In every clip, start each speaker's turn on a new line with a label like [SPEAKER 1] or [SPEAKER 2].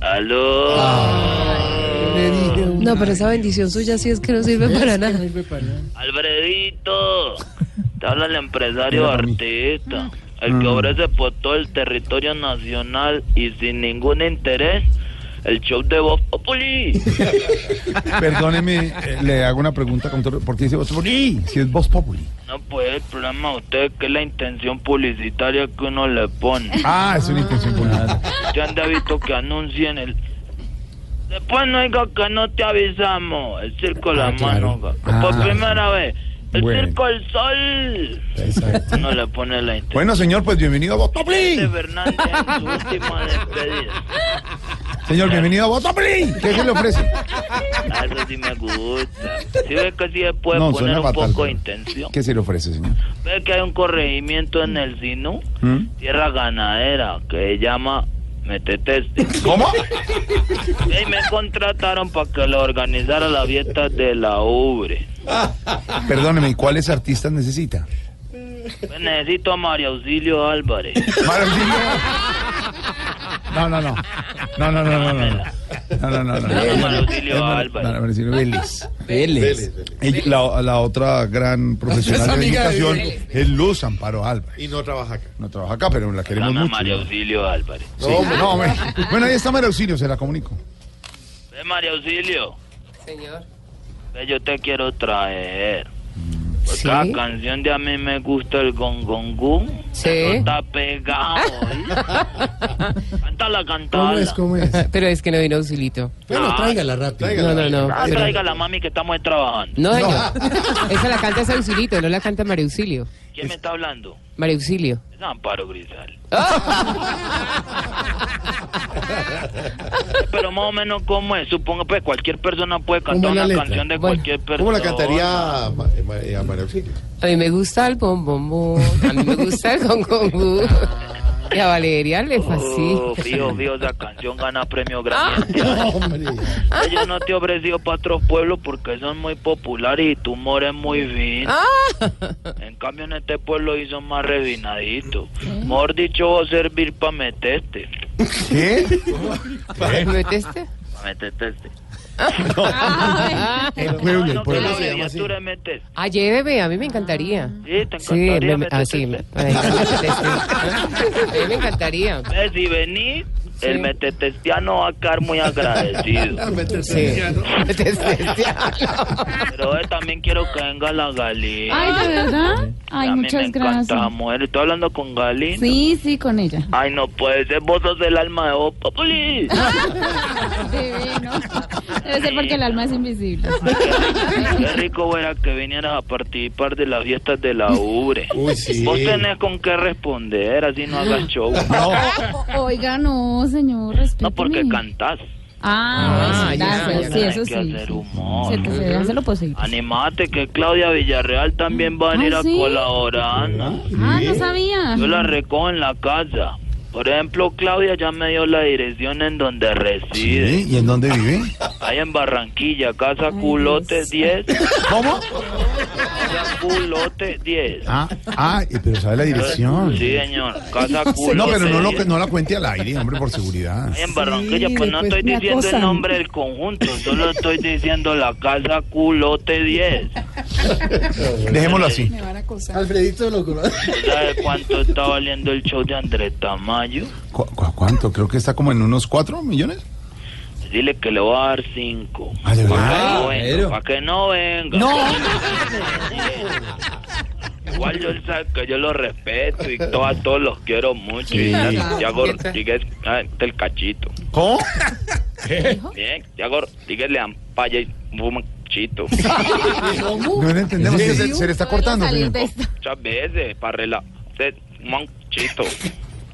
[SPEAKER 1] ¡Aló!
[SPEAKER 2] Le dije un-
[SPEAKER 3] No, pero esa bendición suya sí es que no sirve para
[SPEAKER 2] No
[SPEAKER 3] nada.
[SPEAKER 2] sirve para nada.
[SPEAKER 1] ¡Alfredito! Te habla el empresario
[SPEAKER 2] Hola, mami.
[SPEAKER 1] artista, el
[SPEAKER 4] Mm.
[SPEAKER 1] que ofrece por todo el territorio nacional y sin ningún interés el show de Voz Populi.
[SPEAKER 4] Perdóneme, eh, le hago una pregunta con todo- ¿Por qué dice Voz Populi? Si es Voz Populi.
[SPEAKER 1] No, pues el problema de ustedes es que es la intención publicitaria que uno le pone.
[SPEAKER 4] Ah, es una intención política.
[SPEAKER 1] Ya han de visto que anuncien el... Después no diga que no te avisamos. El Circo de La
[SPEAKER 4] Ah, claro.
[SPEAKER 1] Mano. Por
[SPEAKER 4] Ah.
[SPEAKER 1] primera vez. El
[SPEAKER 4] Bueno.
[SPEAKER 1] Circo del Sol.
[SPEAKER 4] Exacto.
[SPEAKER 1] No le pone la intención.
[SPEAKER 4] Bueno, señor, pues bienvenido a Voz Populi.
[SPEAKER 1] Vicente Fernández en su última despedida.
[SPEAKER 4] Señor, bienvenido a Voz Populi. ¿Qué se le ofrece?
[SPEAKER 1] Ah, Eso sí me gusta. Si ves que sí le puede
[SPEAKER 4] No,
[SPEAKER 1] poner
[SPEAKER 4] suena
[SPEAKER 1] un
[SPEAKER 4] fatal,
[SPEAKER 1] poco de
[SPEAKER 4] suena.
[SPEAKER 1] intención.
[SPEAKER 4] ¿Qué se le ofrece, señor?
[SPEAKER 1] Ves que hay un corregimiento en el Sinú,
[SPEAKER 4] ¿Mm?
[SPEAKER 1] tierra ganadera, que se llama Meteteste.
[SPEAKER 4] ¿Cómo?
[SPEAKER 1] Y me contrataron para que le organizara la fiesta de la Ubre.
[SPEAKER 4] Perdóneme, ¿y ¿cuáles artistas necesita?
[SPEAKER 1] Pues necesito a María Auxilio Álvarez.
[SPEAKER 4] Maravilla. No, no, no. No, no, no, no, no. No, no, no, no.
[SPEAKER 1] Claro, María Auxilio
[SPEAKER 4] Es Mar-
[SPEAKER 1] Álvarez.
[SPEAKER 4] María Auxilio Vélez. Ella- La, la otra gran profesional
[SPEAKER 2] Es
[SPEAKER 4] de
[SPEAKER 2] amiga de
[SPEAKER 4] educación
[SPEAKER 2] Vélez.
[SPEAKER 4] es Luz Amparo Álvarez.
[SPEAKER 5] Y no trabaja acá.
[SPEAKER 4] No trabaja acá, pero la queremos
[SPEAKER 1] Dame a
[SPEAKER 4] mucho.
[SPEAKER 1] María Auxilio Álvarez.
[SPEAKER 4] Sí. No, hombre. Bueno, ahí está María Auxilio, se la comunico.
[SPEAKER 1] Ve, María Auxilio,
[SPEAKER 3] Señor.
[SPEAKER 1] ve, yo te quiero traer. Porque
[SPEAKER 3] Sí.
[SPEAKER 1] Pues la canción de a mí me gusta el gongongú.
[SPEAKER 3] Sí.
[SPEAKER 1] Está pegado. ¿eh? Cántala,
[SPEAKER 2] ¿Cómo es?
[SPEAKER 1] cántala.
[SPEAKER 2] ¿Cómo es?
[SPEAKER 3] Pero es que no vino auxilito.
[SPEAKER 2] Bueno, tráigala rápido.
[SPEAKER 5] Tráigala. No,
[SPEAKER 3] no.
[SPEAKER 1] Ah, traiga la mami que estamos ahí trabajando.
[SPEAKER 3] No, señor. Esa la canta es auxilito, no la canta María Auxilio.
[SPEAKER 1] ¿Quién me está hablando?
[SPEAKER 3] María Auxilio.
[SPEAKER 1] Es Amparo Grisal. Pero más o menos como es, supongo pues cualquier persona puede cantar
[SPEAKER 2] ¿Cómo la
[SPEAKER 1] una
[SPEAKER 2] letra?
[SPEAKER 1] canción de
[SPEAKER 3] Bueno,
[SPEAKER 1] cualquier persona.
[SPEAKER 5] ¿Cómo
[SPEAKER 1] Oh,
[SPEAKER 5] la cantaría a, Ma- eh, Ma- eh, a María Auxilio?
[SPEAKER 3] A mí me gusta el bombombón, a mí me gusta el gongongú. Y a Valeria le
[SPEAKER 1] Oh,
[SPEAKER 3] fascina.
[SPEAKER 1] fío, fío, esa canción gana
[SPEAKER 2] Ah.
[SPEAKER 1] premio Grammy. este año.
[SPEAKER 5] No, hombre.
[SPEAKER 1] Yo no te he ofrecido para otros pueblos porque son muy populares y tu humor es muy fino.
[SPEAKER 3] Ah.
[SPEAKER 1] En cambio, en este pueblo y son más refinaditos. Mejor dicho, voy a servir para meterte.
[SPEAKER 4] ¿Qué? ¿Eh?
[SPEAKER 3] ¿Me metiste?
[SPEAKER 1] Pa' meterte este.
[SPEAKER 4] El pueblo, el
[SPEAKER 1] No, que
[SPEAKER 4] pueblo.
[SPEAKER 1] la abreviatura es meterte.
[SPEAKER 3] Ah, lléveme, a mí me encantaría.
[SPEAKER 1] Sí, te
[SPEAKER 3] Sí, me,
[SPEAKER 1] encantaría
[SPEAKER 3] me- ah, sí,
[SPEAKER 1] meterte
[SPEAKER 3] me,
[SPEAKER 1] este.
[SPEAKER 3] ay, metiste. A mí me encantaría.
[SPEAKER 1] Eh, Si venís, el metetestiano va a quedar muy agradecido.
[SPEAKER 3] Sí. Metiste, ah,
[SPEAKER 1] Pero eh, también quiero que venga la Galina.
[SPEAKER 6] Ay, ¿de verdad? Ay,
[SPEAKER 1] También me
[SPEAKER 6] muchas
[SPEAKER 1] encanta la
[SPEAKER 6] gracias.
[SPEAKER 1] mujer. Estoy hablando con Galina.
[SPEAKER 6] Sí, sí, con ella.
[SPEAKER 1] Ay, no puede ser, vos sos el alma de vos, Populi.
[SPEAKER 6] Divino. Debe ser porque el alma es invisible.
[SPEAKER 1] Qué rico era que vinieras a participar de las fiestas de la UBRE.
[SPEAKER 5] Uy, sí.
[SPEAKER 1] Vos tenés con qué responder, así no hagas show.
[SPEAKER 6] Oiga, no, señor, respete.
[SPEAKER 1] No porque cantás.
[SPEAKER 6] Ah,
[SPEAKER 3] Ah,
[SPEAKER 6] bueno,
[SPEAKER 3] ya,
[SPEAKER 6] gracias,
[SPEAKER 3] ya,
[SPEAKER 6] sí,
[SPEAKER 3] ya.
[SPEAKER 6] eso
[SPEAKER 1] Hay que
[SPEAKER 6] sí.
[SPEAKER 1] hacer
[SPEAKER 6] sí.
[SPEAKER 1] humor. Ah,
[SPEAKER 6] Se, se hace lo posible.
[SPEAKER 1] Animate que Claudia Villarreal también va a venir
[SPEAKER 6] Ah,
[SPEAKER 1] a
[SPEAKER 6] ¿sí?
[SPEAKER 1] colaborar. ¿no?
[SPEAKER 6] Ah, no sabía.
[SPEAKER 1] Yo la recojo en la casa. Por ejemplo, Claudia ya me dio la dirección en donde reside.
[SPEAKER 4] ¿Y en dónde vive?
[SPEAKER 1] Ahí en Barranquilla, casa culote 10.
[SPEAKER 4] ¿Cómo?
[SPEAKER 1] Casa culote 10.
[SPEAKER 4] Ah, ah, eh, pero sabe la dirección.
[SPEAKER 1] Sí, señor. Casa culote
[SPEAKER 4] No, pero no, lo,
[SPEAKER 1] 10.
[SPEAKER 4] no la cuente al aire, hombre, por seguridad.
[SPEAKER 1] Ahí en Barranquilla,
[SPEAKER 2] Sí,
[SPEAKER 1] pues no
[SPEAKER 2] después
[SPEAKER 1] estoy
[SPEAKER 2] me
[SPEAKER 1] diciendo
[SPEAKER 2] acosan.
[SPEAKER 1] el nombre del conjunto, solo estoy diciendo la casa culote 10.
[SPEAKER 4] Dejémoslo así.
[SPEAKER 2] Alfredito lo conoce.
[SPEAKER 1] ¿Sabes cuánto está valiendo el show de Andrés Tamayo?
[SPEAKER 4] ¿Cu- cu- cuánto Creo que está como en unos 4 millones.
[SPEAKER 1] Dile que le voy a dar 5.
[SPEAKER 4] Ah, ¿de verdad?
[SPEAKER 1] Para que no venga.
[SPEAKER 4] No.
[SPEAKER 1] Igual yo él sabe que yo lo respeto y to- a todos los quiero mucho. Y ya- Thiago Rodríguez, ah, este el cachito.
[SPEAKER 4] ¿Cómo?
[SPEAKER 1] Bien, Thiago Rodríguez le dan paya y fuma chito.
[SPEAKER 4] No lo entendemos.
[SPEAKER 5] Sí,
[SPEAKER 4] que
[SPEAKER 5] sí.
[SPEAKER 4] Se, se le está
[SPEAKER 6] No puedo
[SPEAKER 4] cortando.
[SPEAKER 6] salir
[SPEAKER 4] señor.
[SPEAKER 6] de esto.
[SPEAKER 1] Muchas veces, para relajarse, fuma un chito.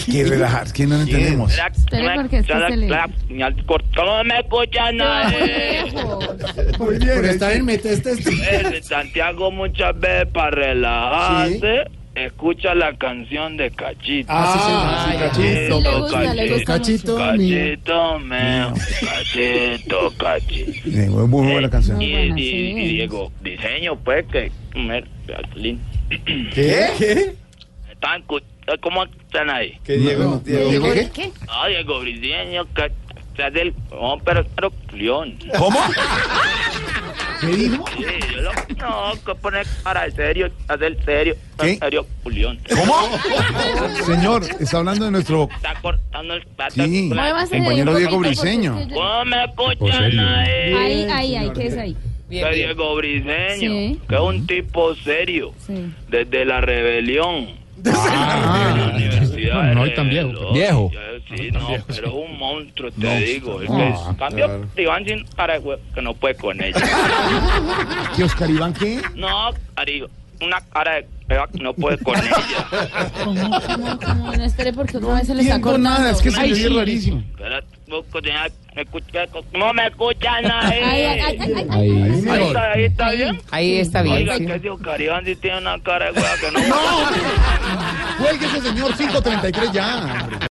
[SPEAKER 4] Que relajar, que no lo entendemos.
[SPEAKER 1] Era-
[SPEAKER 6] Espere,
[SPEAKER 1] una-
[SPEAKER 6] porque esto
[SPEAKER 1] era-
[SPEAKER 6] se le-
[SPEAKER 1] la- señal corta, No me Eh, escucha nadie.
[SPEAKER 4] Muy
[SPEAKER 2] Por estar en
[SPEAKER 4] este
[SPEAKER 2] Meteste.
[SPEAKER 1] Eh, Santiago muchas veces para relajarse escucha la canción de Cachito.
[SPEAKER 2] Ah, sí, señor, sí,
[SPEAKER 1] Cachito,
[SPEAKER 6] Sí, le gusta, le
[SPEAKER 1] Cachito,
[SPEAKER 6] gusta
[SPEAKER 2] Cachito, mío.
[SPEAKER 1] Cachito, meo, Cachito, Cachito. Eh,
[SPEAKER 4] Sí, muy, muy buena canción.
[SPEAKER 1] Y,
[SPEAKER 6] Muy buena,
[SPEAKER 1] y-
[SPEAKER 6] sí.
[SPEAKER 1] y Diego, diseño, pues que. me- Jacqueline,
[SPEAKER 5] ¿Qué? ¿Qué?
[SPEAKER 1] están escu- ¿Cómo están ahí?
[SPEAKER 5] Que Diego, Diego.
[SPEAKER 4] Diego, ¿qué?
[SPEAKER 1] Ah, Diego Briseño, que detrás del no, pero claro, León.
[SPEAKER 4] ¿Cómo?
[SPEAKER 2] ¿Qué dijo?
[SPEAKER 1] Sí, yo lo no, que poner cara de serio, detrás del serio,
[SPEAKER 4] ¿Qué?
[SPEAKER 1] en serio, León.
[SPEAKER 4] ¿Cómo? Señor, está hablando de nuestro
[SPEAKER 1] Está cortando el plato.
[SPEAKER 4] Sí.
[SPEAKER 6] Muévase de
[SPEAKER 4] Compañero
[SPEAKER 6] un
[SPEAKER 4] Diego
[SPEAKER 6] poquito, porque es
[SPEAKER 4] Briseño.
[SPEAKER 6] que yo-
[SPEAKER 1] ¿Cómo me escuchan
[SPEAKER 5] serio.
[SPEAKER 1] ahí?
[SPEAKER 6] Ahí, ahí, ahí, ¿qué es ahí?
[SPEAKER 3] Bien,
[SPEAKER 1] Que
[SPEAKER 3] bien.
[SPEAKER 1] Diego Briseño,
[SPEAKER 6] Sí.
[SPEAKER 1] que es un tipo serio,
[SPEAKER 6] Sí.
[SPEAKER 1] desde la rebelión.
[SPEAKER 4] Ah,
[SPEAKER 1] Universidad
[SPEAKER 7] no,
[SPEAKER 1] de
[SPEAKER 7] y tan viejo.
[SPEAKER 1] Veloz.
[SPEAKER 7] Viejo.
[SPEAKER 1] Ya, Sí, no, pero es un monstruo, te digo. Es
[SPEAKER 4] no.
[SPEAKER 1] que, cambio,
[SPEAKER 5] Claro.
[SPEAKER 1] Iván sin para de hue- que no puede con ella.
[SPEAKER 4] ¿Que ah, Oscar Iván qué?
[SPEAKER 1] No, cariño, una cara de hueva que no puede con ella.
[SPEAKER 6] ¿Cómo, cómo, cómo? No espere porque otra vez se le está
[SPEAKER 4] Entiendo
[SPEAKER 6] cortando.
[SPEAKER 4] nada, es que se
[SPEAKER 6] Ay,
[SPEAKER 4] le oye
[SPEAKER 6] sí.
[SPEAKER 4] rarísimo.
[SPEAKER 1] Pero tampoco tenía- me escucha- ¿Cómo me escuchan ahí?
[SPEAKER 6] Ay, ay, ay, ay, ay.
[SPEAKER 7] Ahí.
[SPEAKER 1] Ahí está, ahí está
[SPEAKER 6] Ahí.
[SPEAKER 1] bien.
[SPEAKER 3] Ahí está bien.
[SPEAKER 1] Oiga,
[SPEAKER 3] sí.
[SPEAKER 1] que si Oscar Iván sí tiene una cara de hueva que no
[SPEAKER 4] ¡No! ese señor! 533 ya. hombre.